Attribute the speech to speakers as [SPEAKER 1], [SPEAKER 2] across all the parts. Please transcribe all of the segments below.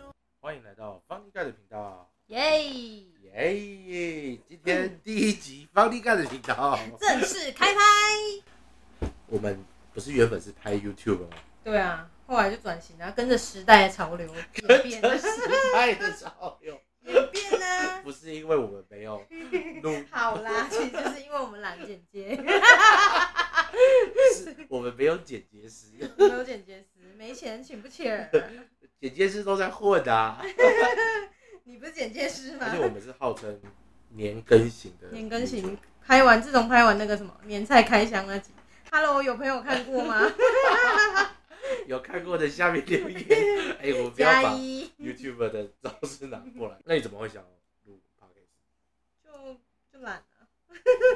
[SPEAKER 1] 嗯超厉害的频道。
[SPEAKER 2] 正式开拍。
[SPEAKER 1] 我们不是原本是拍 YouTube 吗？
[SPEAKER 2] 对啊，后来就转型啊，跟着时代的潮流演变
[SPEAKER 1] 真是太的潮流，
[SPEAKER 2] 演变呢。
[SPEAKER 1] 不是因为我们没有录，
[SPEAKER 2] 好啦，其实就是因为我们懒剪接，
[SPEAKER 1] 是我们没有剪接师，
[SPEAKER 2] 没有剪接师，没钱请不起人。
[SPEAKER 1] 剪接师都在混啊。
[SPEAKER 2] 你不是剪接师吗
[SPEAKER 1] 而？且我们是号称年更型的，
[SPEAKER 2] 年更型，拍完，自从拍完那个什么年菜开箱那集，Hello，有朋友看过吗？
[SPEAKER 1] 有看过的下面留 言。哎、我 不要
[SPEAKER 2] 加
[SPEAKER 1] 把
[SPEAKER 2] 一，
[SPEAKER 1] YouTube 的招式拿过来。那你怎么会想要录 Podcast？
[SPEAKER 2] 就就懒啊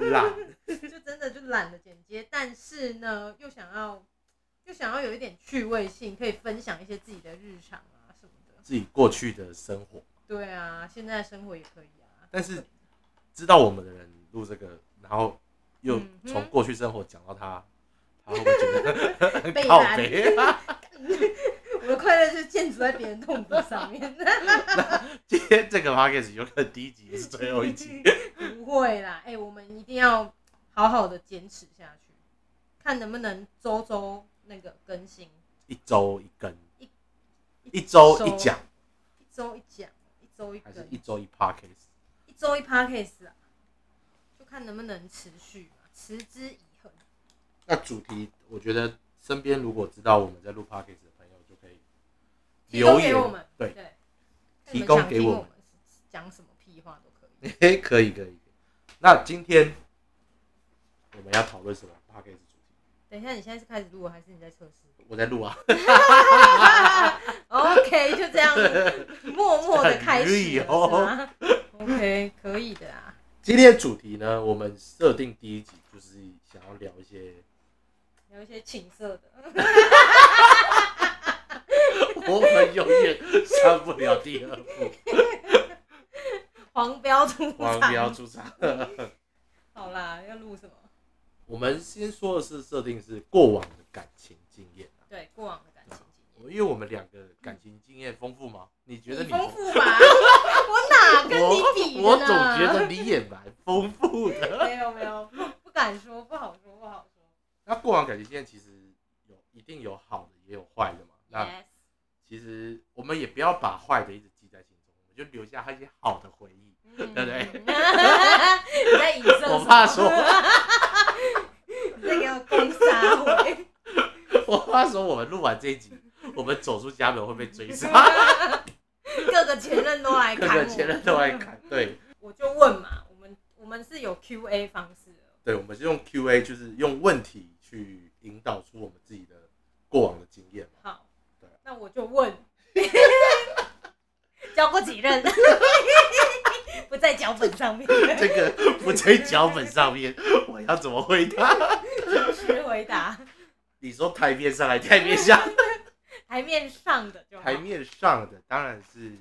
[SPEAKER 2] 了，
[SPEAKER 1] 懒，
[SPEAKER 2] 就真的就懒得剪接，但是呢，又想要又想要有一点趣味性，可以分享一些自己的日常啊什么的。
[SPEAKER 1] 自己过去的生活，
[SPEAKER 2] 对啊，现在生活也可以啊。
[SPEAKER 1] 但是知道我们的人录这个，然后又
[SPEAKER 2] 嗯哼
[SPEAKER 1] 从过去生活讲到 他，他会不会觉得很
[SPEAKER 2] 被
[SPEAKER 1] 靠
[SPEAKER 2] 拦
[SPEAKER 1] 北？
[SPEAKER 2] 我的快乐就是建筑在别人痛苦 上面。
[SPEAKER 1] 今天这个 Podcast 有可能第一集也是最后一 集。
[SPEAKER 2] 不会啦，哎、我们一定要好好的坚持下去，看能不能周周那个更新，
[SPEAKER 1] 一周一更，
[SPEAKER 2] 一
[SPEAKER 1] 一周一讲，
[SPEAKER 2] 一周一讲，一周一
[SPEAKER 1] 还是
[SPEAKER 2] 更，
[SPEAKER 1] 一周一 podcast？
[SPEAKER 2] 一周一 p a c a s e 啊，就看能不能持续嘛，持之以恒。
[SPEAKER 1] 那主题，我觉得身边如果知道我们在录 podcast 的朋友，就可以
[SPEAKER 2] 提供
[SPEAKER 1] 留
[SPEAKER 2] 给
[SPEAKER 1] 言
[SPEAKER 2] 我们，
[SPEAKER 1] 对
[SPEAKER 2] 对，
[SPEAKER 1] 提供给
[SPEAKER 2] 你们想听
[SPEAKER 1] 我
[SPEAKER 2] 我
[SPEAKER 1] 们
[SPEAKER 2] 们讲什么屁话都可以。
[SPEAKER 1] 嘿嘿， 可以可以。那今天我们要讨论什么 p a c k a g e 主题？
[SPEAKER 2] 等一下，你现在是开始录还是你在测试
[SPEAKER 1] 我在录啊，
[SPEAKER 2] ？OK，就 这样子，默默的开
[SPEAKER 1] 很绿
[SPEAKER 2] 始了
[SPEAKER 1] 哦
[SPEAKER 2] 是吗？OK，可以的啊。
[SPEAKER 1] 今天的主题呢，我们设定第一集就是想要聊一些，
[SPEAKER 2] 有一些情色的，
[SPEAKER 1] 我们永远上不了第二步，
[SPEAKER 2] 黄标出场。
[SPEAKER 1] 黄标出场。
[SPEAKER 2] 好啦，要录什么？
[SPEAKER 1] 我们先说的是设定是过往的感情经验啊，
[SPEAKER 2] 对，过往的感情经验。
[SPEAKER 1] 因为我们两个感情经验丰富吗？你觉得你
[SPEAKER 2] 丰富 吧？我哪跟你比的呢
[SPEAKER 1] 我我总觉得你也蛮丰富的。
[SPEAKER 2] 没有没有，不不敢说，不好说，不好说。
[SPEAKER 1] 那过往感情经验其实有一定有好的，也有坏的嘛。那
[SPEAKER 2] Yes，
[SPEAKER 1] 其实我们也不要把坏的一直记在心中，我们就留下一些好的回忆。
[SPEAKER 2] 嗯
[SPEAKER 1] 对对
[SPEAKER 2] 你在影射什么？
[SPEAKER 1] 我怕说，
[SPEAKER 2] 你在给我攻杀回。
[SPEAKER 1] 我怕说我们录完这一集，我们走出家门会被追 杀，
[SPEAKER 2] 各个前任都来
[SPEAKER 1] 各
[SPEAKER 2] 看
[SPEAKER 1] 个
[SPEAKER 2] 我，
[SPEAKER 1] 前任都来。砍。对
[SPEAKER 2] 我就问嘛，我们我们是有 Q&A 方式的，
[SPEAKER 1] 对，我们是用 Q&A，就是用问题去引导出我们自己的过往的经 验嘛。
[SPEAKER 2] 好
[SPEAKER 1] 对，啊
[SPEAKER 2] 那我就问， 交过几任？ 不在脚本上面，
[SPEAKER 1] 这个不在脚本上面，我要怎么回答？
[SPEAKER 2] 直回答
[SPEAKER 1] 你说台面上还台面下？
[SPEAKER 2] 台面上的就好。
[SPEAKER 1] 台面上的当然是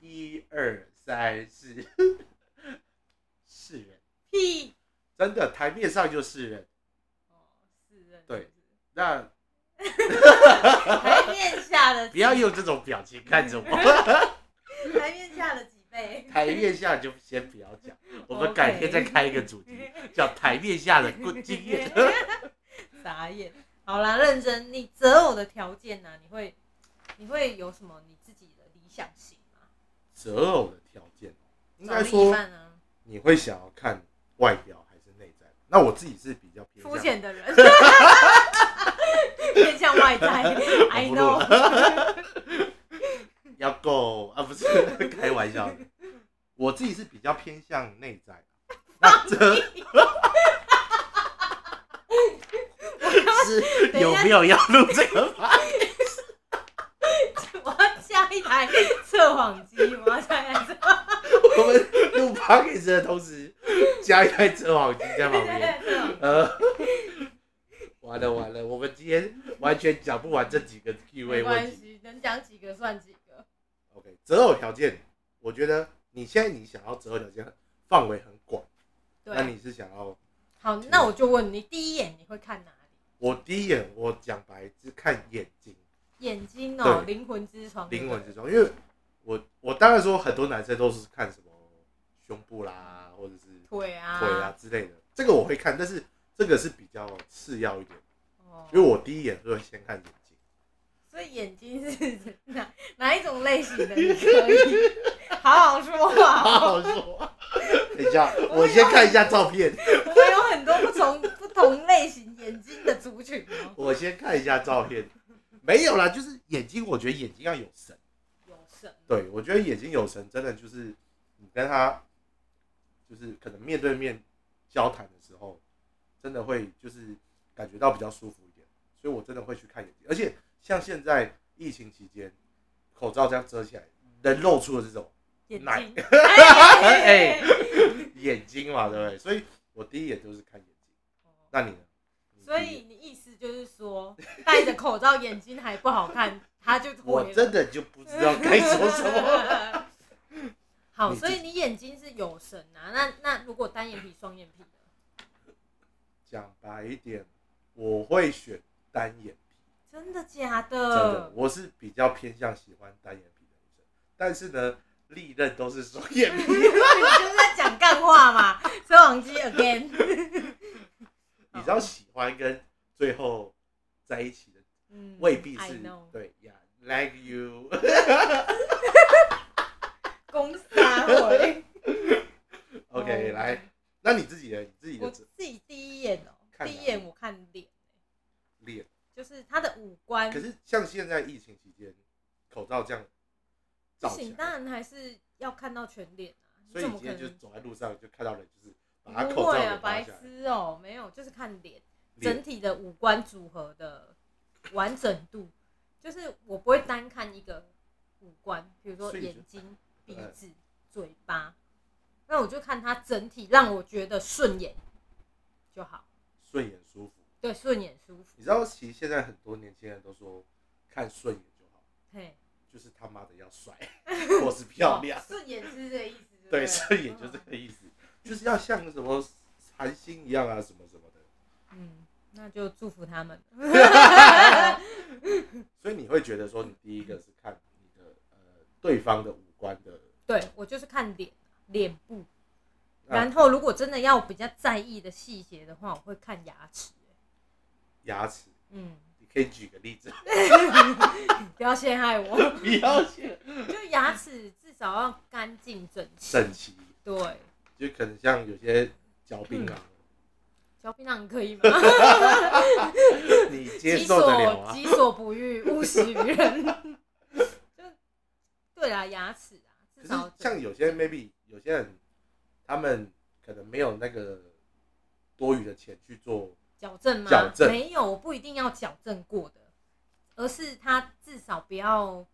[SPEAKER 1] 一二三四 四人，
[SPEAKER 2] 屁
[SPEAKER 1] 真的台面上就是人。
[SPEAKER 2] 哦，是认
[SPEAKER 1] 对， 那
[SPEAKER 2] 台面下的
[SPEAKER 1] 不要用这种表情看着我，
[SPEAKER 2] 台面下的几倍，
[SPEAKER 1] 台面下就先不要讲，我们改天再开一个主题，叫台面下的过 经验。
[SPEAKER 2] 傻眼。好啦，认真，你择偶的条件呢、啊你会你会有什么你自己的理想型吗？
[SPEAKER 1] 择偶的条件，应该
[SPEAKER 2] 找另一
[SPEAKER 1] 说
[SPEAKER 2] 半啊，
[SPEAKER 1] 你会想要看外表还是内在？那我自己是比较偏
[SPEAKER 2] 肤
[SPEAKER 1] 向，
[SPEAKER 2] 浅的 人， 偏向外在，I
[SPEAKER 1] 我不录
[SPEAKER 2] know。
[SPEAKER 1] 要够啊，不是开玩笑 的，我自己是比较偏向内在的。那这 是有没有要录这个吗？
[SPEAKER 2] 我要加一台测谎机，我要加一台测
[SPEAKER 1] 我们录 p o d c a s 的同时，加一台遮谎机在旁边。
[SPEAKER 2] 谎
[SPEAKER 1] 呃， 完了完了，我们今天完全讲不完这几个 Q
[SPEAKER 2] 没
[SPEAKER 1] A
[SPEAKER 2] 关
[SPEAKER 1] 问题。
[SPEAKER 2] 系，能讲几个算几个。
[SPEAKER 1] OK，择偶条件，我觉得你现在你想要择偶条件范围很广，那
[SPEAKER 2] 对，
[SPEAKER 1] 你是想要
[SPEAKER 2] 好，那我就问你，第一眼你会看哪里？
[SPEAKER 1] 我第一眼我讲白是看眼睛，
[SPEAKER 2] 眼睛哦，
[SPEAKER 1] 对
[SPEAKER 2] 灵魂之窗。
[SPEAKER 1] 灵魂之中，因为我我当然说很多男生都是看什么胸部啦，或者是
[SPEAKER 2] 腿啊，
[SPEAKER 1] 腿啊，之类的，这个我会看，但是这个是比较次要一点，
[SPEAKER 2] 哦，
[SPEAKER 1] 因为我第一眼会先看眼睛。
[SPEAKER 2] 所以眼睛是 哪哪一种类型的？你可以好好说话。
[SPEAKER 1] 好好说。 等一下，我先看一下照片，
[SPEAKER 2] 我们有很多不同不同类型眼睛的族群哦，
[SPEAKER 1] 我先看一下照片。没有啦，就是眼睛，我觉得眼睛要有神。
[SPEAKER 2] 有神，
[SPEAKER 1] 对，我觉得眼睛有神，真的就是你跟他，就是可能面对面交谈的时候，真的会就是感觉到比较舒服一点。所以我真的会去看眼睛，而且像现在疫情期间，口罩这样遮起来，人露出了这种
[SPEAKER 2] 眼睛，
[SPEAKER 1] 奶
[SPEAKER 2] 哎，
[SPEAKER 1] 眼睛嘛，对不对？所以我第一眼就是看眼睛。
[SPEAKER 2] 哦
[SPEAKER 1] 那你呢？你
[SPEAKER 2] 所
[SPEAKER 1] 第一眼
[SPEAKER 2] 以你意思就是说，戴着口罩眼睛还不好看，他就
[SPEAKER 1] 我真
[SPEAKER 2] 的
[SPEAKER 1] 的就不知道该说什 么。
[SPEAKER 2] 么。好，
[SPEAKER 1] 你
[SPEAKER 2] 所以你眼睛是有神啊。那那如果单眼皮、双眼皮呢？
[SPEAKER 1] 讲白一点，我会选单眼皮，
[SPEAKER 2] 真的假
[SPEAKER 1] 真的，
[SPEAKER 2] 的？
[SPEAKER 1] 我是比较偏向喜欢单眼皮的女生。但是呢，历任都是双眼 皮，
[SPEAKER 2] 你就是在讲干 话嘛，收网机 again。哦
[SPEAKER 1] 你知道喜欢跟最后在一起的
[SPEAKER 2] 嗯
[SPEAKER 1] 未必
[SPEAKER 2] I
[SPEAKER 1] 是
[SPEAKER 2] know 哦
[SPEAKER 1] 对呀。Like you，
[SPEAKER 2] 公啊杀回。
[SPEAKER 1] OK，
[SPEAKER 2] 哦
[SPEAKER 1] 来，那你自己的 你自己
[SPEAKER 2] 我
[SPEAKER 1] 的
[SPEAKER 2] 自己第一眼哦、
[SPEAKER 1] 看
[SPEAKER 2] 第
[SPEAKER 1] 哪
[SPEAKER 2] 一
[SPEAKER 1] 里
[SPEAKER 2] 眼我看脸，
[SPEAKER 1] 脸，
[SPEAKER 2] 就是他的五官
[SPEAKER 1] 可是像现在疫情期间，口罩这样
[SPEAKER 2] 不
[SPEAKER 1] 罩起
[SPEAKER 2] 行，当
[SPEAKER 1] 来，
[SPEAKER 2] 然还是要看到全脸啊。
[SPEAKER 1] 啊所
[SPEAKER 2] 你
[SPEAKER 1] 以
[SPEAKER 2] 怎
[SPEAKER 1] 你
[SPEAKER 2] 么
[SPEAKER 1] 今天
[SPEAKER 2] 可
[SPEAKER 1] 就
[SPEAKER 2] 能？
[SPEAKER 1] 走在路上就看到人，就是把他
[SPEAKER 2] 不
[SPEAKER 1] 口罩
[SPEAKER 2] 会
[SPEAKER 1] 给
[SPEAKER 2] 啊，
[SPEAKER 1] 拔
[SPEAKER 2] 白
[SPEAKER 1] 下来，
[SPEAKER 2] 痴哦、没有，就是看脸，
[SPEAKER 1] 脸
[SPEAKER 2] 整体的五官组合的完整度，就是我不会单看一个五官，比如说
[SPEAKER 1] 所以你
[SPEAKER 2] 眼
[SPEAKER 1] 就
[SPEAKER 2] 睛、鼻
[SPEAKER 1] 嗯
[SPEAKER 2] 子、嘴巴，那我就看他整体让我觉得顺眼就好，
[SPEAKER 1] 顺眼舒服。
[SPEAKER 2] 对，顺眼舒服
[SPEAKER 1] 你，知道，其实现在很多年轻人都说看顺眼就好，
[SPEAKER 2] 嘿，
[SPEAKER 1] 就是他妈的要 帅或是漂亮
[SPEAKER 2] 哦。顺眼是这个意思，不
[SPEAKER 1] 对，顺眼就这
[SPEAKER 2] 嗯
[SPEAKER 1] 个意思，就是要像什么韩星一样啊，什么什么的。
[SPEAKER 2] 嗯，那就祝福他们。
[SPEAKER 1] 所以你会觉得说，你第一个是看你的呃对方的五官的，
[SPEAKER 2] 对我就是看脸，脸部。
[SPEAKER 1] 啊
[SPEAKER 2] 然后如果真的要比较在意的细节的话，我会看牙齿。
[SPEAKER 1] 牙齿，
[SPEAKER 2] 嗯，
[SPEAKER 1] 你可以举个例子，
[SPEAKER 2] 不要陷害我，
[SPEAKER 1] 不要 去
[SPEAKER 2] 就牙齿至少要干净整齐。
[SPEAKER 1] 整齐，
[SPEAKER 2] 对，
[SPEAKER 1] 就可能像有些
[SPEAKER 2] 嗯
[SPEAKER 1] 嚼啊槟 榔，
[SPEAKER 2] 嚼槟榔可以吗？
[SPEAKER 1] 你 接
[SPEAKER 2] 己
[SPEAKER 1] 受得了
[SPEAKER 2] 所
[SPEAKER 1] 啊？
[SPEAKER 2] 己所不欲，勿施于人。 就对啊，牙齿啊，
[SPEAKER 1] 可
[SPEAKER 2] 至
[SPEAKER 1] 是
[SPEAKER 2] 少
[SPEAKER 1] 像有些 maybe 有些人，他们可能没有那个多余的钱去做，
[SPEAKER 2] 矫正吗？
[SPEAKER 1] 矫正
[SPEAKER 2] 没有，我不一定要矫正过的，而是它至少不要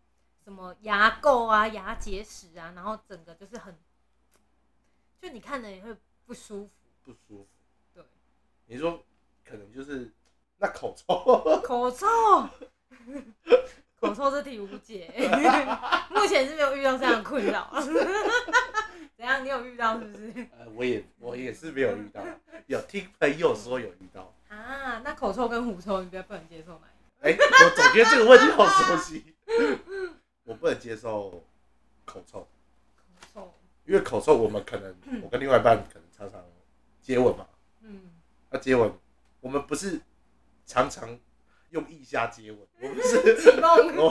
[SPEAKER 2] 什么牙垢啊、牙结石啊，然后整个就是很，就你看了也会不舒服。
[SPEAKER 1] 不舒服。
[SPEAKER 2] 对，
[SPEAKER 1] 你说可能就是那口 臭，
[SPEAKER 2] 口臭，口臭这题无解， 目前是没有遇到这样的困扰。 怎样？你有遇到是不是？
[SPEAKER 1] 呃，我也我也是没有遇 到，有听朋友说有遇到。
[SPEAKER 2] 啊，那口臭跟狐臭，你比较不能接受哪一个？
[SPEAKER 1] 哎、我总觉得这个问题好熟悉，我不能接受口臭，
[SPEAKER 2] 口臭，
[SPEAKER 1] 因为口臭我们可能我跟另外一半可能常常接吻嘛，
[SPEAKER 2] 嗯，
[SPEAKER 1] 那、啊接吻我们不是常常用腋下接吻，我们 是。，
[SPEAKER 2] 启梦
[SPEAKER 1] 我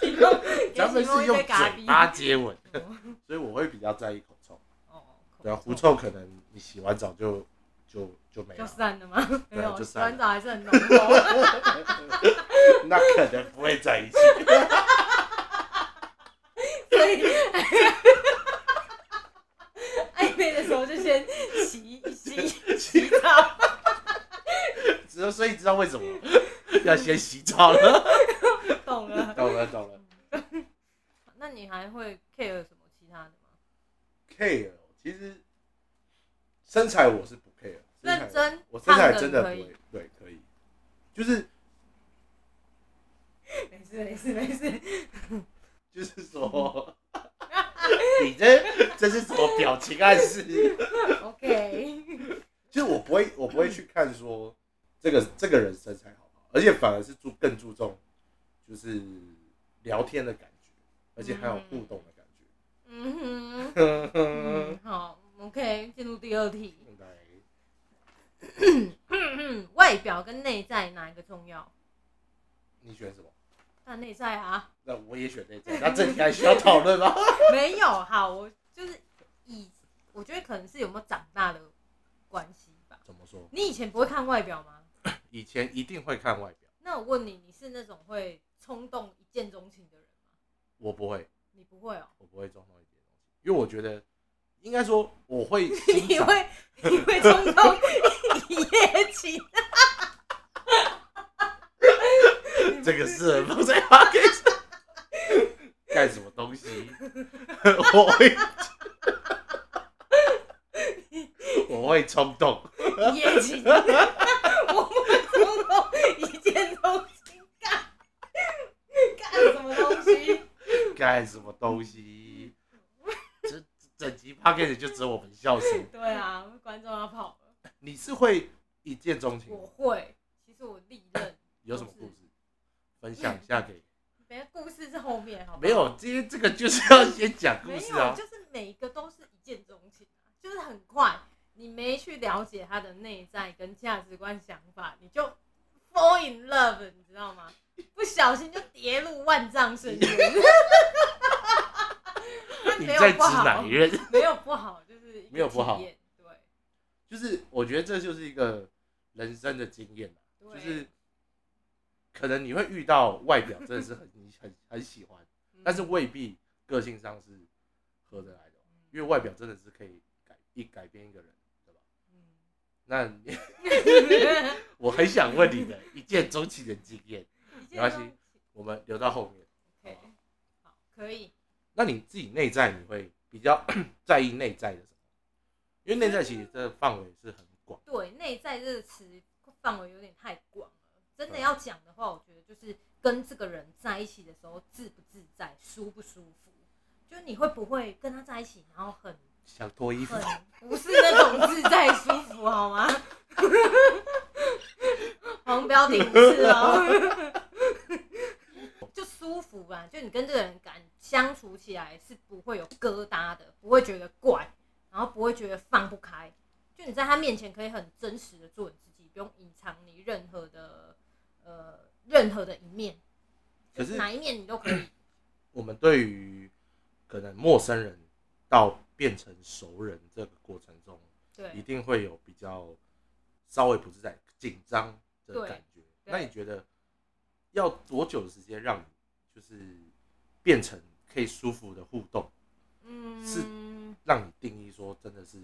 [SPEAKER 2] 启梦，
[SPEAKER 1] 哦咱们
[SPEAKER 2] 给启梦
[SPEAKER 1] 是
[SPEAKER 2] 一
[SPEAKER 1] 用
[SPEAKER 2] 堆咖
[SPEAKER 1] 嘴
[SPEAKER 2] 喱
[SPEAKER 1] 巴接吻，
[SPEAKER 2] 哦
[SPEAKER 1] 所以我会比较在意口臭。
[SPEAKER 2] 哦，
[SPEAKER 1] 对啊，狐臭可能你洗完澡就就就没
[SPEAKER 2] 就
[SPEAKER 1] 了，
[SPEAKER 2] 散了吗？没有，
[SPEAKER 1] 啊就
[SPEAKER 2] 洗
[SPEAKER 1] 散了
[SPEAKER 2] 完澡还是很浓 厚。
[SPEAKER 1] 那可能不会在一 起。
[SPEAKER 2] 所以 暧昧的时候就先洗洗洗澡，
[SPEAKER 1] 只有所以知道为什么要先洗澡 了。
[SPEAKER 2] 懂了。
[SPEAKER 1] 懂了懂了。
[SPEAKER 2] 那你还会 care 什么其他的吗？
[SPEAKER 1] care 其实身材我是不 care，身材
[SPEAKER 2] 认真
[SPEAKER 1] 我身材
[SPEAKER 2] 胖的
[SPEAKER 1] 真的不
[SPEAKER 2] 可以
[SPEAKER 1] 会，对可以，就是
[SPEAKER 2] 没事没事没事，
[SPEAKER 1] 就是说， 你这这是什么表情暗示？
[SPEAKER 2] OK，
[SPEAKER 1] 就是我不会我不会去看说这个这个人身材好不好，而且反而是注更注重就是聊天的感觉，而且还有互动的感觉。
[SPEAKER 2] 嗯哼，嗯好，第二题，嗯
[SPEAKER 1] 来，
[SPEAKER 2] 外表跟内在哪一个重要？
[SPEAKER 1] 你选什么？
[SPEAKER 2] 那内在啊，
[SPEAKER 1] 那我也选那种。那这题还需要讨论 吗？
[SPEAKER 2] 没有好，我就是以我觉得可能是有没有长大的关系吧。
[SPEAKER 1] 怎么说？
[SPEAKER 2] 你以前不会看外表吗？
[SPEAKER 1] 以前一定会看外表，
[SPEAKER 2] 那我问你，你是那种会冲动一见钟情的人吗？
[SPEAKER 1] 我不会，
[SPEAKER 2] 你不会哦、
[SPEAKER 1] 我不会装东西，因为我觉得应该说我会 欣
[SPEAKER 2] 你
[SPEAKER 1] 赏，
[SPEAKER 2] 会你会冲动 一夜情？
[SPEAKER 1] 这个是不在 p o c a s t 干什么东西？我会，我会冲动。
[SPEAKER 2] 一夜情，我不会冲动一见钟情，干干什么东西？
[SPEAKER 1] 干什么东西？这整集 p o c a s t 就只有我们笑声。
[SPEAKER 2] 对啊，观众要跑了。
[SPEAKER 1] 你是会一见钟情吗？
[SPEAKER 2] 我会，其实我历任
[SPEAKER 1] 有什么故事分享一下给？
[SPEAKER 2] 等下故事是后面好不好
[SPEAKER 1] 没有，今天这个就是要先讲故
[SPEAKER 2] 没
[SPEAKER 1] 事
[SPEAKER 2] 有，
[SPEAKER 1] 啊。
[SPEAKER 2] 就是每一个都是一见钟情啊，就是很快，你没去了解他的内在跟价值观、想法，你就 fall in love，你知道吗？不小心就跌入万丈深渊。但
[SPEAKER 1] 你
[SPEAKER 2] 没
[SPEAKER 1] 在
[SPEAKER 2] 有
[SPEAKER 1] 指
[SPEAKER 2] 不好
[SPEAKER 1] 哪，一任？
[SPEAKER 2] 没有不好，就是一个
[SPEAKER 1] 没有不好
[SPEAKER 2] 体验对
[SPEAKER 1] 就是我觉得这就是一个人生的经验啊
[SPEAKER 2] 对，嗯
[SPEAKER 1] 就是可能你会遇到外表真的是很你很很喜欢，
[SPEAKER 2] 嗯
[SPEAKER 1] 但是未必个性上是合得来的，
[SPEAKER 2] 嗯
[SPEAKER 1] 因为外表真的是可以改一改变一个人，对吧？ 那你
[SPEAKER 2] 嗯
[SPEAKER 1] 我很想问你的一见钟情的经验，
[SPEAKER 2] 一
[SPEAKER 1] 没
[SPEAKER 2] 见
[SPEAKER 1] 关系
[SPEAKER 2] 钟情
[SPEAKER 1] 我们留到后面。
[SPEAKER 2] ，OK，好，可以。
[SPEAKER 1] 那你自己内在你会比较 在意内在的什么？因为内在其实这个范围是很广，
[SPEAKER 2] 对，内在这个词范围有点太广了。真的
[SPEAKER 1] 对
[SPEAKER 2] 要讲的话，我觉得就是跟这个人在一起的时候自不自在，舒不舒服，就你会不会跟他在一起，然后很
[SPEAKER 1] 想脱衣服，
[SPEAKER 2] 很不是那种自在舒服，好吗？ 黄标顶次哦，就舒服吧，就你跟这个人感相处起来是不会有疙瘩的，不会觉得怪，然后不会觉得放不开，就你在他面前可以很真实的做你自己，不用隐藏你任何的呃任何的一面，
[SPEAKER 1] 可
[SPEAKER 2] 就是哪一面你都可以。
[SPEAKER 1] 我们对于可能陌生人到变成熟人这个过程中，一
[SPEAKER 2] 对，
[SPEAKER 1] 定会有比较稍微不自在、紧张的
[SPEAKER 2] 对
[SPEAKER 1] 感觉。
[SPEAKER 2] 对
[SPEAKER 1] 那你觉得要多久的时间让你就是变成可以舒服的互动，
[SPEAKER 2] 嗯，
[SPEAKER 1] 是让你定义说真的是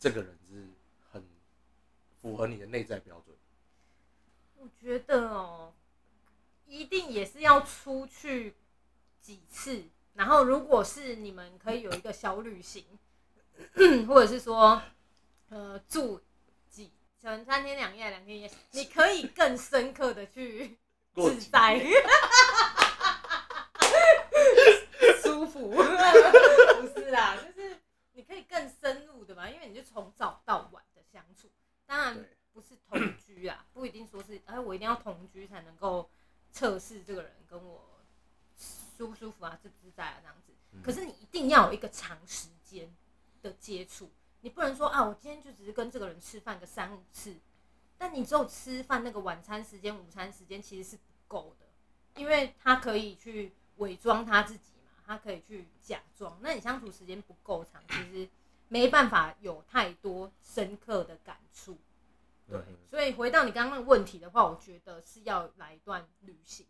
[SPEAKER 1] 这个人是很符合你的内在标准？
[SPEAKER 2] 我觉得哦，一定也是要出去几次，然后如果是你们可以有一个小旅行，或者是说，呃，住几可能三天两夜、两天一夜，你可以更深刻的去
[SPEAKER 1] 过
[SPEAKER 2] 自
[SPEAKER 1] 几
[SPEAKER 2] 在
[SPEAKER 1] 年，
[SPEAKER 2] 舒 服，不是啦，就是你可以更深入的吧，因为你就从早到晚的相处，当然
[SPEAKER 1] 对，
[SPEAKER 2] 不是同居啊，不一定说是，哎，我一定要同居才能够测试这个人跟我舒不舒服啊，自不自在啊这样子。
[SPEAKER 1] 嗯
[SPEAKER 2] 可是你一定要有一个长时间的接触，你不能说啊，我今天就只是跟这个人吃饭个三五次，但你只有吃饭那个晚餐时间、午餐时间其实是不够的，因为他可以去伪装他自己嘛，他可以去假装。那你相处时间不够长，其实没办法有太多深刻的感触。对
[SPEAKER 1] 嗯哼，
[SPEAKER 2] 所以回到你刚刚的问题的话，我觉得是要来一段旅行。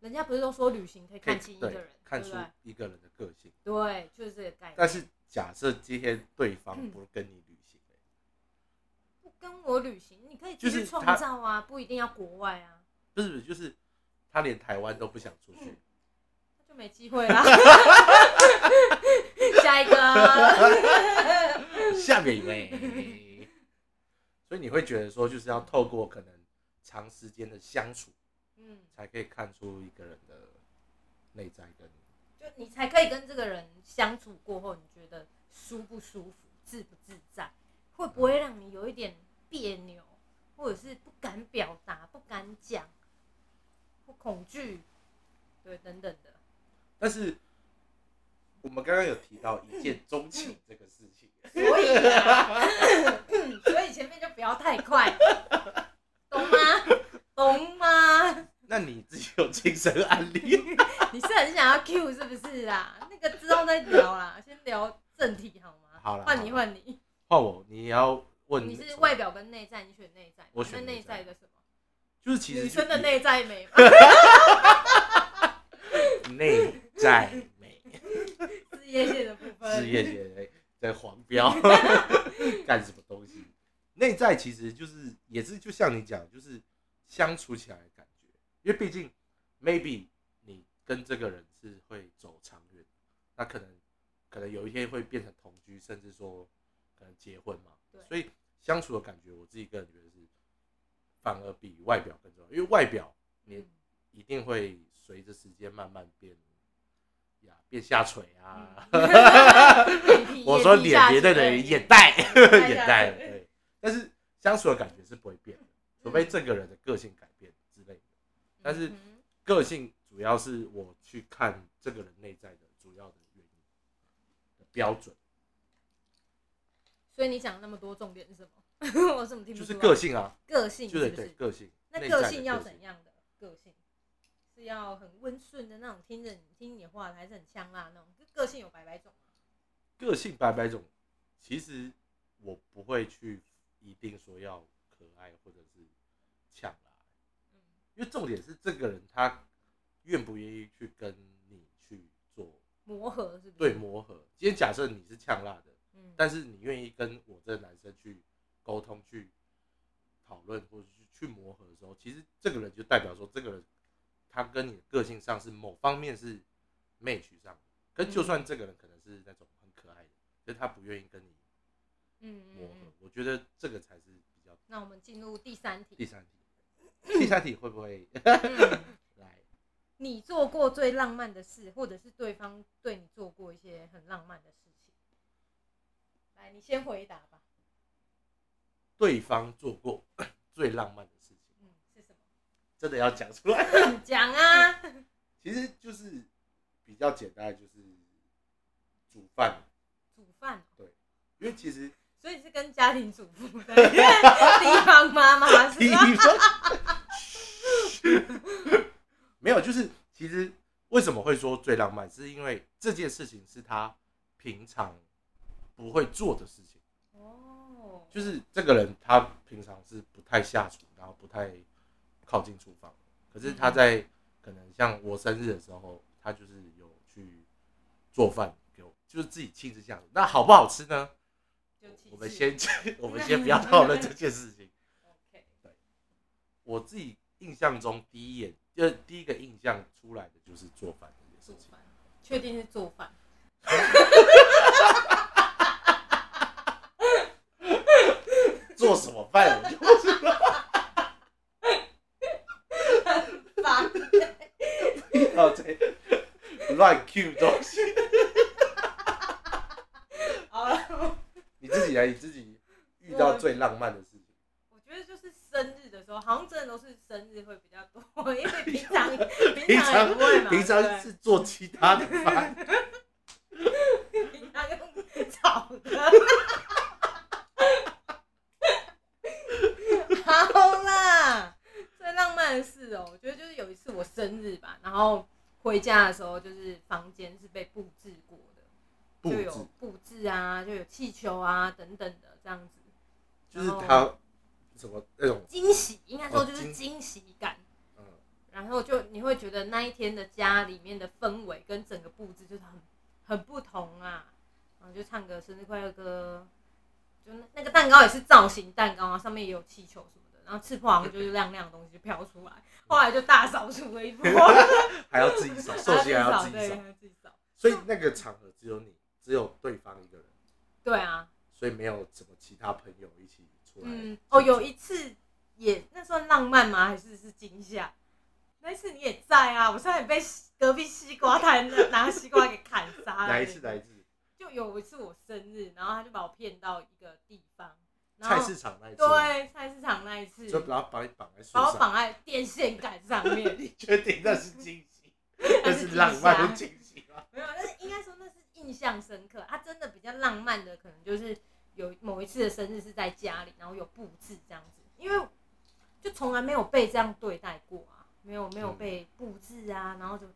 [SPEAKER 2] 人家不是都说旅行可以
[SPEAKER 1] 可以
[SPEAKER 2] 看清一个
[SPEAKER 1] 对
[SPEAKER 2] 人，
[SPEAKER 1] 看
[SPEAKER 2] 对
[SPEAKER 1] 出
[SPEAKER 2] 不对？
[SPEAKER 1] 一个人的个性。
[SPEAKER 2] 对，嗯就是这个概念。
[SPEAKER 1] 但是假设今天对方不跟你旅行、
[SPEAKER 2] 不跟我旅行，你可以自
[SPEAKER 1] 就
[SPEAKER 2] 己
[SPEAKER 1] 是
[SPEAKER 2] 创
[SPEAKER 1] 他
[SPEAKER 2] 造啊，不一定要国外啊，
[SPEAKER 1] 不是不是，就是他连台湾都不想出
[SPEAKER 2] 嗯
[SPEAKER 1] 去，
[SPEAKER 2] 那就没机会啦。下一个，
[SPEAKER 1] 下面一位。所以你会觉得说，就是要透过可能长时间的相处，
[SPEAKER 2] 嗯，
[SPEAKER 1] 才可以看出一个人的内在跟
[SPEAKER 2] 就你才可以跟这个人相处过后，你觉得舒不舒服，自不自在，会不会让你有一点别扭，或者是不敢表达、不敢讲，或恐惧，对，等等的。
[SPEAKER 1] 但是我们刚刚有提到一见钟情这个事情，
[SPEAKER 2] 所以啊， 所以前面就不要太快，懂吗？懂吗？
[SPEAKER 1] 那你自己有亲身案例？
[SPEAKER 2] 你是很想要 Q 是不是啊？那个之后再聊 啦，先聊正题好吗？
[SPEAKER 1] 好啦
[SPEAKER 2] 换你
[SPEAKER 1] 好啦
[SPEAKER 2] 换你，
[SPEAKER 1] 换我，你也要问
[SPEAKER 2] 你是外表跟内在，你选内在吗，
[SPEAKER 1] 我选
[SPEAKER 2] 那内
[SPEAKER 1] 内在
[SPEAKER 2] 在的什么？
[SPEAKER 1] 就是其实
[SPEAKER 2] 女生的
[SPEAKER 1] 是
[SPEAKER 2] 内 在美吗？
[SPEAKER 1] 内在美，
[SPEAKER 2] 事业线的部分，
[SPEAKER 1] 事 业姐在黄标 干什么东西？内在其实就是也是就像你讲，就是相处起来的感觉，因为毕竟 maybe 你跟这个人是会走长远，那可能可能有一天会变成同居，甚至说可能结婚嘛
[SPEAKER 2] 对，
[SPEAKER 1] 所以相处的感觉，我自己个人觉得是反而比外表更重要，因为外表你
[SPEAKER 2] 嗯
[SPEAKER 1] 一定会随着时间慢慢变呀变下垂啊。
[SPEAKER 2] 嗯 脸皮
[SPEAKER 1] 我说脸别对
[SPEAKER 2] 的
[SPEAKER 1] 的眼 袋，眼
[SPEAKER 2] 眼
[SPEAKER 1] 袋
[SPEAKER 2] 袋嗯
[SPEAKER 1] 对，但是相处的感觉是不会变的，除非这个人的个性改变之类的。但是
[SPEAKER 2] 嗯
[SPEAKER 1] 个性主要是我去看这个人内在的主要的原因的标准，
[SPEAKER 2] 所以你讲那么多重点是什么？ 我怎么听不
[SPEAKER 1] 就
[SPEAKER 2] 出
[SPEAKER 1] 是
[SPEAKER 2] 来
[SPEAKER 1] 个性啊，
[SPEAKER 2] 个性
[SPEAKER 1] 就是是
[SPEAKER 2] 不
[SPEAKER 1] 对
[SPEAKER 2] 是？
[SPEAKER 1] 个性。
[SPEAKER 2] 那
[SPEAKER 1] 内在
[SPEAKER 2] 个
[SPEAKER 1] 的
[SPEAKER 2] 性要怎？样的个性？是要很温顺的那种，听着你听你的话还是很香辣那种？个性有百百种啊吗？
[SPEAKER 1] 个性百百种，其实我不会去一定说要可爱或者是抢啦，
[SPEAKER 2] 嗯，
[SPEAKER 1] 因为重点是这个人他愿不愿意去跟你去做
[SPEAKER 2] 磨合是不是？
[SPEAKER 1] 对，磨合。今天假设你是呛辣的，
[SPEAKER 2] 嗯，
[SPEAKER 1] 但是你愿意跟我这个男生去沟通、去讨论或者是去磨合的时候，其实这个人就代表说这个人他跟你的个性上是某方面是 match 上的。可是就算这个人可能是那种很可爱的，可是他不愿意跟你
[SPEAKER 2] 嗯嗯
[SPEAKER 1] 磨合，
[SPEAKER 2] 嗯。
[SPEAKER 1] 我觉得这个才是比较
[SPEAKER 2] 那我们进入第三
[SPEAKER 1] 第
[SPEAKER 2] 题，
[SPEAKER 1] 三题。第三题会不会
[SPEAKER 2] 嗯
[SPEAKER 1] 来？
[SPEAKER 2] 你做过最浪漫的事，或者是对方对你做过一些很浪漫的事情？来，你先回答吧。
[SPEAKER 1] 对方做过 最浪漫的事情，
[SPEAKER 2] 嗯，是什么？
[SPEAKER 1] 真的要讲出来。
[SPEAKER 2] 讲啊。
[SPEAKER 1] 嗯其实就是比较简单，就是煮饭，
[SPEAKER 2] 煮饭哦，
[SPEAKER 1] 因为其实
[SPEAKER 2] 所以是跟家庭主妇的 地方妈妈是
[SPEAKER 1] 你
[SPEAKER 2] 吧？
[SPEAKER 1] 说没有，就是其实为什么会说最浪漫，是因为这件事情是他平常不会做的事情，
[SPEAKER 2] 哦，
[SPEAKER 1] 就是这个人他平常是不太下厨，然后不太靠近厨房，可是他在可能像我生日的时候，他就是有去做饭给我，就是自己亲自下厨。那好不好吃呢？
[SPEAKER 2] 就其实
[SPEAKER 1] 我们先， 我们先不要讨论这件事情。
[SPEAKER 2] OK，
[SPEAKER 1] 我自己印象中，第一眼就是第一个印象出来的就是做饭这件
[SPEAKER 2] 煮
[SPEAKER 1] 事情。
[SPEAKER 2] 饭，确定是做饭。
[SPEAKER 1] 做什么饭？我就
[SPEAKER 2] 爸，
[SPEAKER 1] 不要再哦乱 Q 东西。
[SPEAKER 2] 好了，
[SPEAKER 1] 你自己来，啊你自己遇到最浪漫的事情，
[SPEAKER 2] 我觉得就是生日的时候，好像真的都是生日会比较多，因为平常平
[SPEAKER 1] 平
[SPEAKER 2] 常也
[SPEAKER 1] 常
[SPEAKER 2] 不会嘛，
[SPEAKER 1] 平
[SPEAKER 2] 对
[SPEAKER 1] 常是做其他 的饭，
[SPEAKER 2] 平常用炒的。好啦，最浪漫的事哦、我觉得就是有一次我生日吧，然后回家的时候，就是房间是被布置过的，
[SPEAKER 1] 布
[SPEAKER 2] 就
[SPEAKER 1] 置
[SPEAKER 2] 有布置啊，就有气球啊等等的这样子，
[SPEAKER 1] 就是他什么那种
[SPEAKER 2] 惊喜应该说
[SPEAKER 1] 哦
[SPEAKER 2] 就是
[SPEAKER 1] 惊
[SPEAKER 2] 惊喜
[SPEAKER 1] 嗯
[SPEAKER 2] 感。然后就你会觉得那一天的家里面的氛围跟整个布置就是很很不同啊，然后就唱个生日快乐歌，就那那个蛋糕也是造型蛋糕啊，上面也有气球什么的，然后吃破好像就是亮亮的东西就飘出来，后来就大扫除了 一波，
[SPEAKER 1] 还要自己扫，寿星还要自己
[SPEAKER 2] 对，
[SPEAKER 1] 扫，
[SPEAKER 2] 还要自己扫，
[SPEAKER 1] 所以那个场合只有你，只有对方一个人，
[SPEAKER 2] 对啊，
[SPEAKER 1] 所以没有什么其他朋友一起出来。
[SPEAKER 2] 嗯，哦，有一次也那算浪漫吗？还是是惊吓？那一次你也在啊，我差点被隔壁西瓜摊的拿西瓜给砍杀了。
[SPEAKER 1] 哪一次？哪一次？
[SPEAKER 2] 就有一次我生日，然后他就把我骗到一个地方，然后
[SPEAKER 1] 菜市场那一次吗，
[SPEAKER 2] 对菜市场那一次，
[SPEAKER 1] 就然后把你绑在树
[SPEAKER 2] 把我
[SPEAKER 1] 上。
[SPEAKER 2] 绑在电线杆上 面，
[SPEAKER 1] 你确定那是惊喜，那
[SPEAKER 2] 那
[SPEAKER 1] 是浪漫
[SPEAKER 2] 惊
[SPEAKER 1] 的
[SPEAKER 2] 吓
[SPEAKER 1] 惊喜吗？
[SPEAKER 2] 没有，但是应该说那是一印象深刻。啊，真的比较浪漫的，可能就是有某一次的生日是在家里，然后有布置这样子，因为就从来没有被这样对待过啊，没有没有
[SPEAKER 1] 嗯
[SPEAKER 2] 被布置啊，然后就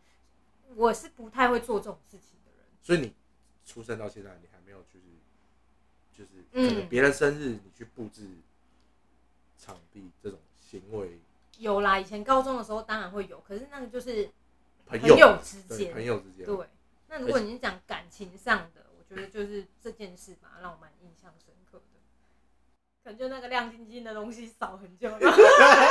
[SPEAKER 2] 我是不太会做这种事情的人。
[SPEAKER 1] 所以你出生到现在，你还没有就是就是
[SPEAKER 2] 嗯
[SPEAKER 1] 可能别人生日你去布置场地这种行为，
[SPEAKER 2] 有啦，以前高中的时候当然会有，可是那个就是
[SPEAKER 1] 朋
[SPEAKER 2] 朋友之
[SPEAKER 1] 对
[SPEAKER 2] 间
[SPEAKER 1] 朋，友之间，
[SPEAKER 2] 对。那如果你是讲感情上的，我觉得就是这件事吧，让我蛮印象深刻的。可能就那个亮晶晶的东西扫很久，然后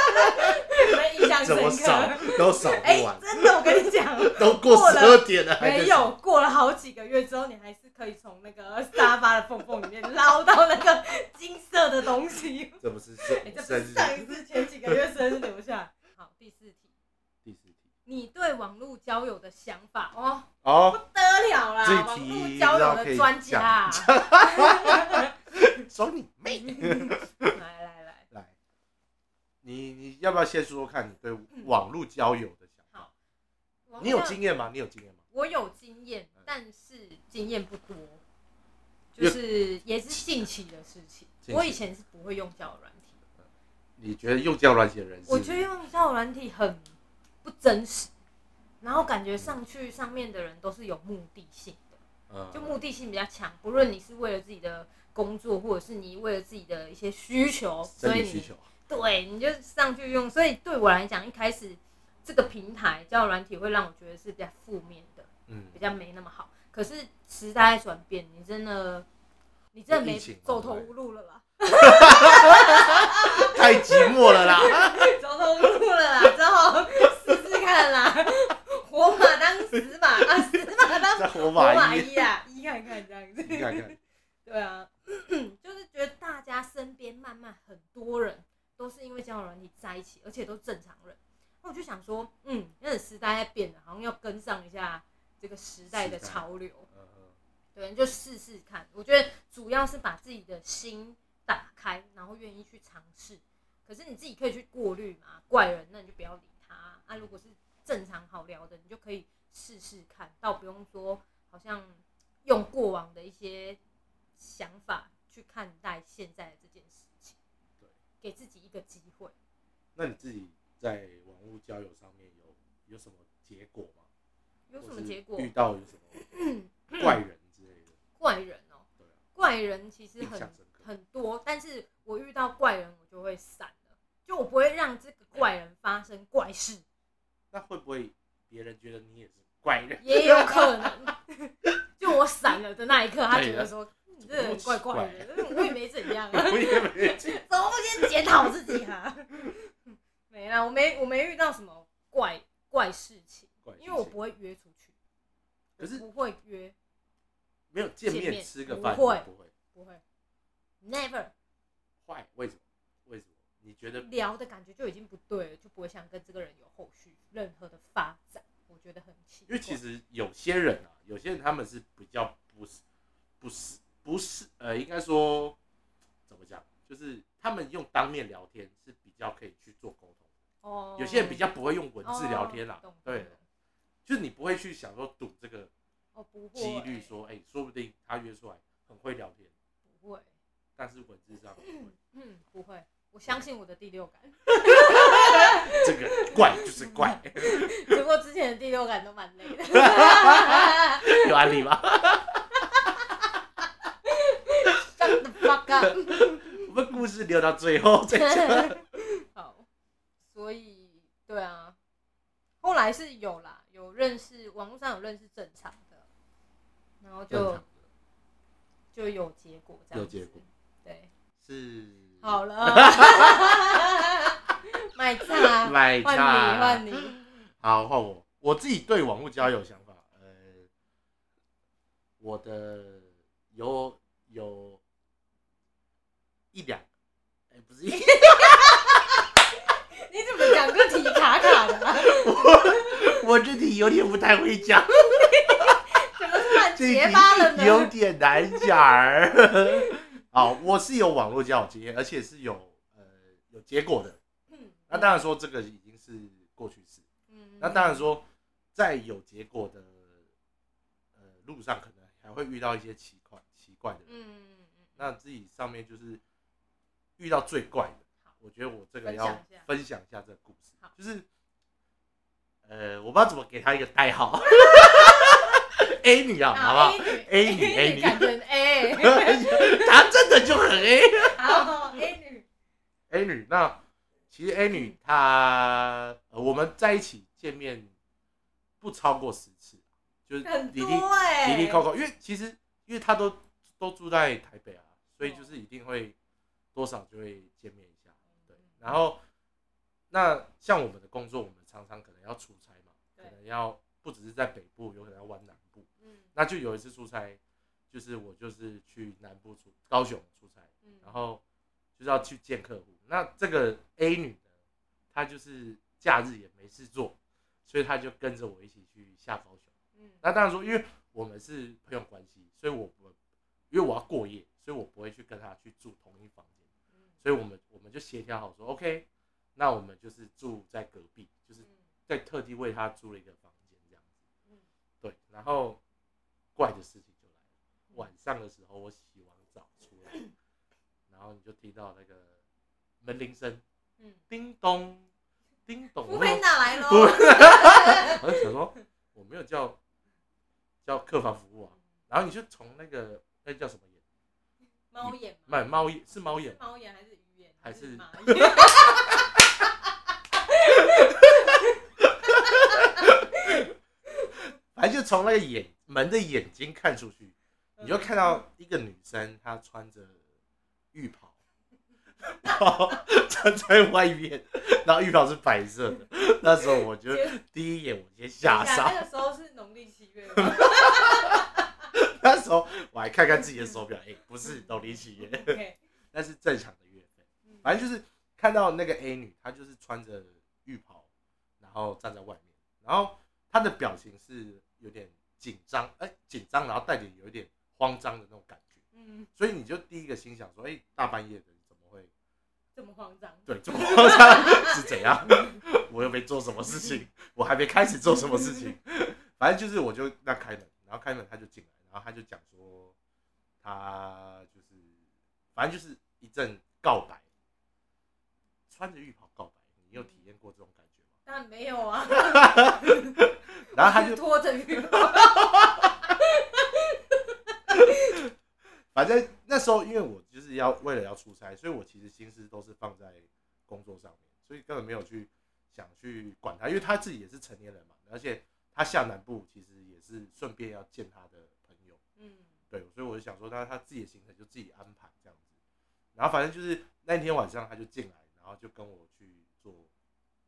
[SPEAKER 2] 没印象
[SPEAKER 1] 怎
[SPEAKER 2] 深
[SPEAKER 1] 么
[SPEAKER 2] 刻。
[SPEAKER 1] 扫都扫
[SPEAKER 2] 哎、
[SPEAKER 1] 不完，
[SPEAKER 2] 真的，我跟你讲，
[SPEAKER 1] 都过
[SPEAKER 2] 过
[SPEAKER 1] 十
[SPEAKER 2] 了
[SPEAKER 1] 二点 了还在
[SPEAKER 2] 没
[SPEAKER 1] 扫
[SPEAKER 2] 有过了好几个月之后，你还是可以从那个沙发的缝缝里面捞到那个金色的东西。
[SPEAKER 1] 这不是生
[SPEAKER 2] 哎、这不
[SPEAKER 1] 生
[SPEAKER 2] 是
[SPEAKER 1] 日
[SPEAKER 2] 上一次前几个月生日留下来。好，第四题，
[SPEAKER 1] 第四题
[SPEAKER 2] 你对网络交友的想法哦，不
[SPEAKER 1] 哦，
[SPEAKER 2] 得了啦！
[SPEAKER 1] 这
[SPEAKER 2] 网
[SPEAKER 1] 题
[SPEAKER 2] 络交友的专家、啊
[SPEAKER 1] 爽你妹！
[SPEAKER 2] 嗯来来来，
[SPEAKER 1] 来，你你要不要先说说看你对
[SPEAKER 2] 嗯
[SPEAKER 1] 网络交友的想法？你有经验吗？你有经验吗？
[SPEAKER 2] 我有经验
[SPEAKER 1] 嗯，
[SPEAKER 2] 但是经验不多，
[SPEAKER 1] 因为
[SPEAKER 2] 就是也是近期的事情。
[SPEAKER 1] 近期
[SPEAKER 2] 我以前是不会用交友软体，
[SPEAKER 1] 你觉得用交友软件的人是，
[SPEAKER 2] 我觉得用交友软体很不真实，然后感觉上去上面的人都是有目的性的。
[SPEAKER 1] 嗯
[SPEAKER 2] 就目的性比较强，不论你是为了自己的工作，或者是你为了自己的一些需求，
[SPEAKER 1] 生
[SPEAKER 2] 所以
[SPEAKER 1] 理需
[SPEAKER 2] 你
[SPEAKER 1] 求，啊
[SPEAKER 2] 对你就上去用。所以对我来讲，一开始这个平台交友软体会让我觉得是比较负面的，
[SPEAKER 1] 嗯
[SPEAKER 2] 比较没那么好。可是时代在转变，你真的你真的
[SPEAKER 1] 有
[SPEAKER 2] 没
[SPEAKER 1] 疫情嘛
[SPEAKER 2] 走投无路了啦，
[SPEAKER 1] 太寂寞了 啦。
[SPEAKER 2] 走投无路了啦，只好试试看 啦，活马当死马，啊，死马当
[SPEAKER 1] 在活
[SPEAKER 2] 活马
[SPEAKER 1] 马医，
[SPEAKER 2] 医啊，医看看这样子。
[SPEAKER 1] 你看看，
[SPEAKER 2] 对啊，就是觉得大家身边慢慢很多人都是因为交友软体在一起，而且都正常人。那我就想说，嗯，那个时代在变了，好像要跟上一下这个时代的
[SPEAKER 1] 时代
[SPEAKER 2] 潮流。
[SPEAKER 1] 嗯嗯
[SPEAKER 2] 对，就试试看。我觉得主要是把自己的心打开，然后愿意去尝试。可是你自己可以去过滤嘛，怪人那你就不要理他啊。啊如果是正常好聊的，你就可以试试看，倒不用说好像用过往的一些想法去看待现在的这件事情。
[SPEAKER 1] 对，
[SPEAKER 2] 给自己一个机会。
[SPEAKER 1] 那你自己在网络交友上面有有什么结果吗？
[SPEAKER 2] 有什
[SPEAKER 1] 或
[SPEAKER 2] 么
[SPEAKER 1] 是
[SPEAKER 2] 结果？嗯
[SPEAKER 1] 遇到有什么怪人之类的？
[SPEAKER 2] 怪人哦、
[SPEAKER 1] 对啊，
[SPEAKER 2] 怪人其实
[SPEAKER 1] 印
[SPEAKER 2] 很
[SPEAKER 1] 象深刻
[SPEAKER 2] 很多，但是我遇到怪人我就会闪了，就我不会让这个怪人发生怪 事，
[SPEAKER 1] 那会不会别人觉得你也是怪人？
[SPEAKER 2] 也有可能。 就我闪了的那一刻，他觉 得说嗯你这个人怪怪的，嗯 我也没怎样啊，
[SPEAKER 1] 我也没见
[SPEAKER 2] 怎么不先检讨自己啊？ 没啦，我没我没遇到什么怪怪事情，
[SPEAKER 1] 怪事情，
[SPEAKER 2] 因为我不会约出去，
[SPEAKER 1] 可是
[SPEAKER 2] 不会约，
[SPEAKER 1] 没有见
[SPEAKER 2] 见
[SPEAKER 1] 面
[SPEAKER 2] 面
[SPEAKER 1] 吃个
[SPEAKER 2] 不
[SPEAKER 1] 饭，
[SPEAKER 2] 会
[SPEAKER 1] 不会
[SPEAKER 2] 不会，never
[SPEAKER 1] 坏？为什么？为什么？你觉得
[SPEAKER 2] 聊的感觉就已经不对了，就不会想跟这个人有后续任何的发展，我觉得很奇
[SPEAKER 1] 因
[SPEAKER 2] 怪。
[SPEAKER 1] 为其实有些人啊，有些人他们是比较不是不是不是呃，应该说怎么讲，就是他们用当面聊天是比较可以去做沟通的。
[SPEAKER 2] 哦，
[SPEAKER 1] 有些人比较不会用文字聊天啦、啊
[SPEAKER 2] 哦懂
[SPEAKER 1] 对
[SPEAKER 2] 懂，懂
[SPEAKER 1] 就是你不会去想说赌这个
[SPEAKER 2] 哦不会
[SPEAKER 1] 几率，说，哎、说不定他约出来很会聊天，
[SPEAKER 2] 不会，
[SPEAKER 1] 但是文字上不会
[SPEAKER 2] 嗯，不会，我相信我的第六感，
[SPEAKER 1] 这个人怪就是 怪，
[SPEAKER 2] 只不过之前的第六感都蛮累 的，
[SPEAKER 1] 有案例吗？
[SPEAKER 2] 真的 fuck up。
[SPEAKER 1] 我们故事留到最后再 讲。
[SPEAKER 2] 好，所以对啊，后来是有啦，有认识网络上有认识正常的，然后就就有结果这样子，
[SPEAKER 1] 有结果，
[SPEAKER 2] 对，
[SPEAKER 1] 是
[SPEAKER 2] 好了， 卖菜，
[SPEAKER 1] 买
[SPEAKER 2] 换你换你，
[SPEAKER 1] 好，换我。我自己对网络交友想法，呃，我的有有一两，哎、不是一，
[SPEAKER 2] 你怎么两个题卡卡的、啊？
[SPEAKER 1] 我这题有点不太会讲，
[SPEAKER 2] 怎么突然
[SPEAKER 1] 这题
[SPEAKER 2] 结巴了呢？
[SPEAKER 1] 有点难讲儿。 好，我是有网络交友经验，而且是有呃有结果的。
[SPEAKER 2] 嗯
[SPEAKER 1] 那当然说这个已经是过去式，
[SPEAKER 2] 嗯
[SPEAKER 1] 那当然说在有结果的呃路上可能还会遇到一些奇怪奇怪的人。
[SPEAKER 2] 嗯嗯嗯，
[SPEAKER 1] 那自己上面就是遇到最怪的
[SPEAKER 2] 好，
[SPEAKER 1] 我觉得我这个
[SPEAKER 2] 分
[SPEAKER 1] 要
[SPEAKER 2] 享一下
[SPEAKER 1] 分享一下这个故事
[SPEAKER 2] 好，
[SPEAKER 1] 就是呃，我不知道怎么给他一个代 号，A 女啊，好不好
[SPEAKER 2] 好
[SPEAKER 1] A 女
[SPEAKER 2] A
[SPEAKER 1] A
[SPEAKER 2] 女
[SPEAKER 1] 女
[SPEAKER 2] 感觉很 A，
[SPEAKER 1] 她真的就很 A
[SPEAKER 2] 好 A 女，
[SPEAKER 1] A 女。那其实 A
[SPEAKER 2] 嗯
[SPEAKER 1] 女她、呃我们在一起见面不超过十次，就是
[SPEAKER 2] 很
[SPEAKER 1] 离
[SPEAKER 2] 多哎，
[SPEAKER 1] 离离扣扣，因为其实因为他都都住在台北啊，所
[SPEAKER 2] 嗯
[SPEAKER 1] 以就是一定会多少就会见面一下。对，然后那像我们的工作，我们常常可能要出差嘛，可
[SPEAKER 2] 对
[SPEAKER 1] 能要不只是在北部，有可能要往南部。
[SPEAKER 2] 嗯
[SPEAKER 1] 那就有一次出差，就是我就是去南部出高雄出差，
[SPEAKER 2] 嗯，
[SPEAKER 1] 然后就是要去见客户。那这个 A 女呢，她就是假日也没事做，所以她就跟着我一起去下高雄。
[SPEAKER 2] 嗯
[SPEAKER 1] 那当然说，因为我们是朋友关系，所以我不，因为我要过夜，所以我不会去跟他去住同一房间，
[SPEAKER 2] 嗯
[SPEAKER 1] 所以我们我们就协调好说，OK，那我们就是住在隔壁，就是
[SPEAKER 2] 嗯
[SPEAKER 1] 在特地为他租了一个房间这样子。
[SPEAKER 2] 嗯
[SPEAKER 1] 对，然后怪的事情就来
[SPEAKER 2] 嗯
[SPEAKER 1] 了，晚上的时候我洗完澡出来，然后你就听到那个门铃声，
[SPEAKER 2] 嗯，
[SPEAKER 1] 叮咚，叮咚，
[SPEAKER 2] 不会哪来喽？
[SPEAKER 1] 不我就想说我没有叫叫客房服务啊，然后你就从那个那叫什么眼，
[SPEAKER 2] 猫眼吗？
[SPEAKER 1] 买猫眼是猫眼
[SPEAKER 2] 是，猫眼还是鱼眼
[SPEAKER 1] 还是
[SPEAKER 2] 马眼？
[SPEAKER 1] 反正就从那个眼门的眼睛看出去，你就看到一个女生，她穿着浴袍， 然后站在外面，然后浴袍是白色的。那时候我就第一眼我先吓
[SPEAKER 2] 等一
[SPEAKER 1] 傻，
[SPEAKER 2] 那个时候是农历七月吗，
[SPEAKER 1] 那时候我还看看自己的手表，哎、不是农历七月，
[SPEAKER 2] OK，
[SPEAKER 1] 那是正常的月份。
[SPEAKER 2] 嗯
[SPEAKER 1] 反正就是看到那个 A 女，她就是穿着浴袍，然后站在外面，然后她的表情是有点紧张，哎、紧张，然后带点有一点慌张的那种感觉，
[SPEAKER 2] 嗯，
[SPEAKER 1] 所以你就第一个心想说，哎、大半夜的怎么会
[SPEAKER 2] 这么慌张，
[SPEAKER 1] 对这么慌张是怎样？我又没做什么事情，我还没开始做什么事情，反正就是我就那开门，然后开门她就进来，然后她就讲说，她就是反正就是一阵告白，穿着浴袍告白，你有体验过这种感觉吗？
[SPEAKER 2] 但没有 啊，
[SPEAKER 1] 然后她就
[SPEAKER 2] 拖着 浴袍，
[SPEAKER 1] 反正那时候因为我就是要为了要出差，所以我其实心思都是放在工作上面，所以根本没有去想去管他，因为他自己也是成年人嘛，而且他下南部其实也是顺便要见他的朋友，
[SPEAKER 2] 嗯
[SPEAKER 1] 对，所以我就想说他他自己的行程就自己安排这样子，然后反正就是那天晚上他就进来，然后就跟我去做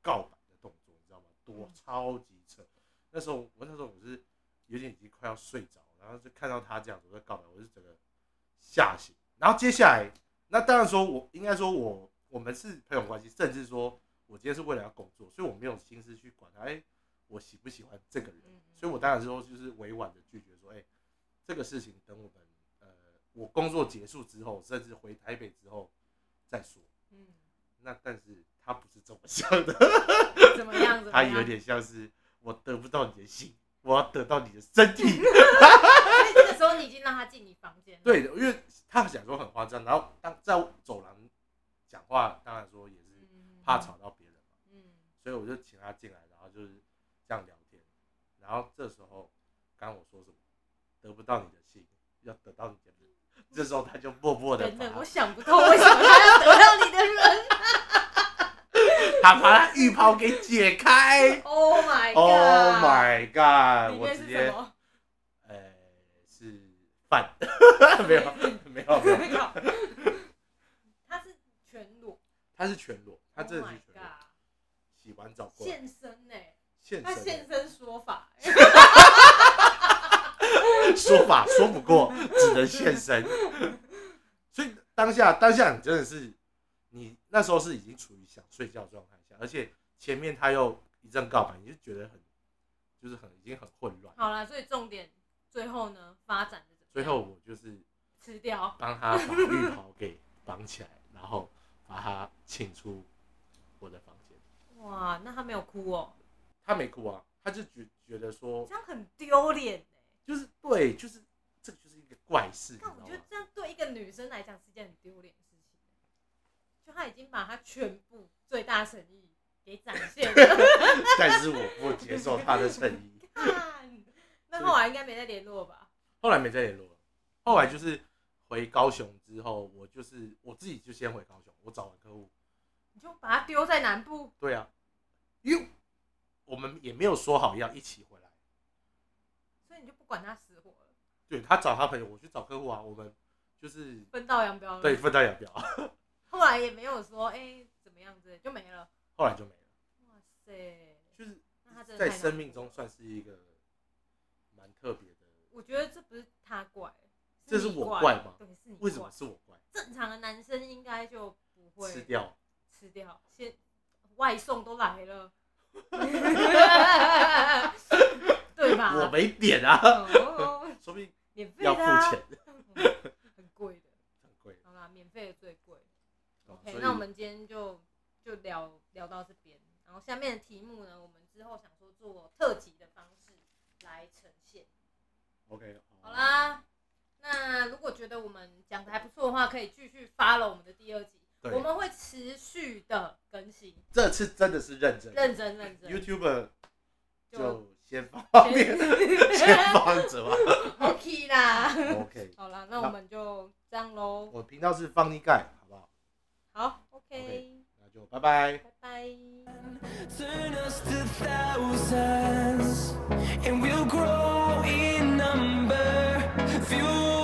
[SPEAKER 1] 告白的动作，你知道吗？多
[SPEAKER 2] 嗯
[SPEAKER 1] 超级扯，那时候我那时候我是有点已经快要睡着，然后就看到他这样子在告白，我是整个吓醒。然后接下来，那当然说我应该说我我们是朋友关系，甚至说我今天是为了要工作，所以我没有心思去管他，哎、我喜不喜欢这个人
[SPEAKER 2] 嗯，嗯
[SPEAKER 1] 所以我当然是说就是委婉的拒绝说，哎、这个事情等我们呃我工作结束之后，甚至回台北之后再说。
[SPEAKER 2] 嗯，
[SPEAKER 1] 那但是他不是这么想的，
[SPEAKER 2] 怎么样？怎么样
[SPEAKER 1] 他有，点像是我得不到你的心，我要得到你的身体。
[SPEAKER 2] 所以这个时候你已经让他进你房间了，
[SPEAKER 1] 对，因为他讲说很夸张，然后当在走廊讲话，当然说也是
[SPEAKER 2] 嗯，
[SPEAKER 1] 怕吵到别人嘛，
[SPEAKER 2] 嗯，
[SPEAKER 1] 所以我就请他进来，然后就是这样聊天。然后这时候，刚刚我说什么，得不到你的心，要得到你的人。这时候他就默默的
[SPEAKER 2] 等
[SPEAKER 1] 把
[SPEAKER 2] 嗯等，
[SPEAKER 1] 他
[SPEAKER 2] 我想不透为什么他要得到你的 人
[SPEAKER 1] 他把他浴袍给解 开。
[SPEAKER 2] ，Oh my
[SPEAKER 1] Oh
[SPEAKER 2] god，
[SPEAKER 1] my god！
[SPEAKER 2] 里
[SPEAKER 1] 我
[SPEAKER 2] 面
[SPEAKER 1] 直
[SPEAKER 2] 是什
[SPEAKER 1] 接
[SPEAKER 2] 么？
[SPEAKER 1] 呃是饭， 没有 没有没有，
[SPEAKER 2] 他是全裸，
[SPEAKER 1] 他是全裸，他真的
[SPEAKER 2] Oh
[SPEAKER 1] 是
[SPEAKER 2] my
[SPEAKER 1] 全裸，
[SPEAKER 2] god，
[SPEAKER 1] 洗完澡过来
[SPEAKER 2] 现身呢，
[SPEAKER 1] 现
[SPEAKER 2] 他
[SPEAKER 1] 身
[SPEAKER 2] 现身说法，欸
[SPEAKER 1] 说法说不过，只能现身。 所以当下当下你真的是，你那时候是已经处于想睡觉的状态下，而且前面他又一阵告白，你就觉得很，就是很已经很混 乱。
[SPEAKER 2] 好了，所以重点最后呢，发展的怎么样？
[SPEAKER 1] 最后我就是
[SPEAKER 2] 吃掉，
[SPEAKER 1] 帮他把浴袍给绑起来，然后把他请出我的房间。
[SPEAKER 2] 哇，那他没有哭哦，
[SPEAKER 1] 他没哭啊，他就觉觉得说
[SPEAKER 2] 这样很丢脸欸
[SPEAKER 1] 就是对，就是这个就是一个怪事，你知
[SPEAKER 2] 但我
[SPEAKER 1] 道
[SPEAKER 2] 觉得
[SPEAKER 1] 吗？
[SPEAKER 2] 这样对一个女生来讲是一件很丢脸的事情，欸就她已经把她全部最大诚意给展现 了，
[SPEAKER 1] 但是我不接受他的衬衣。
[SPEAKER 2] 看那后来应该没再联络吧？
[SPEAKER 1] 后来没再联络了。后来就是回高雄之后，我就是我自己就先回高雄，我找完客户。
[SPEAKER 2] 你就把她丢在南部，
[SPEAKER 1] 对啊，因为我们也没有说好要一起回来。
[SPEAKER 2] 所以你就不管她死活了，
[SPEAKER 1] 对他找他朋友，我去找客户啊，我们就是
[SPEAKER 2] 分道扬镳了。
[SPEAKER 1] 对，分道扬镳，
[SPEAKER 2] 后来也没有说哎、怎么样之类，就没了。
[SPEAKER 1] 后来就没了。
[SPEAKER 2] 哇塞，
[SPEAKER 1] 就是
[SPEAKER 2] 那她真
[SPEAKER 1] 在
[SPEAKER 2] 的太难过
[SPEAKER 1] 生命中算是一个蛮特别的。
[SPEAKER 2] 我觉得这不是她怪，
[SPEAKER 1] 这是
[SPEAKER 2] 你
[SPEAKER 1] 我
[SPEAKER 2] 怪
[SPEAKER 1] 怪吗
[SPEAKER 2] 对，是你
[SPEAKER 1] 为什么
[SPEAKER 2] 怪
[SPEAKER 1] 是我怪？
[SPEAKER 2] 正常的男生应该就不会
[SPEAKER 1] 吃掉
[SPEAKER 2] 吃掉，先外送都来了，对吧？
[SPEAKER 1] 我没点啊，
[SPEAKER 2] 哦
[SPEAKER 1] 说不定
[SPEAKER 2] 免费的
[SPEAKER 1] 要
[SPEAKER 2] 啊、
[SPEAKER 1] 付钱，
[SPEAKER 2] 嗯很贵的。
[SPEAKER 1] 很贵。
[SPEAKER 2] 好啦，免费的最贵。OK，
[SPEAKER 1] 哦所以
[SPEAKER 2] 那我们今天就就聊聊到这边，然后下面的题目呢，我们之后想说做特辑的方式来呈现。
[SPEAKER 1] OK 啊
[SPEAKER 2] 好，
[SPEAKER 1] 哦
[SPEAKER 2] 啦，那如果觉得我们讲的还不错的话，可以继续发了我们的第二集，
[SPEAKER 1] 对
[SPEAKER 2] 我们会持续的更新，
[SPEAKER 1] 这次真的是认真的。
[SPEAKER 2] 认真认真。
[SPEAKER 1] YouTuber
[SPEAKER 2] 就
[SPEAKER 1] 就先放 面， 先哦
[SPEAKER 2] 先
[SPEAKER 1] 放着吧。
[SPEAKER 2] OK 啦。
[SPEAKER 1] OK，
[SPEAKER 2] 好啦，那我们就这样喽。
[SPEAKER 1] 我频道是放你盖，好不好？
[SPEAKER 2] 好，OK，
[SPEAKER 1] OK 那就拜拜。
[SPEAKER 2] 拜拜。
[SPEAKER 3] Turn us to thousands, and we'll grow in number. Few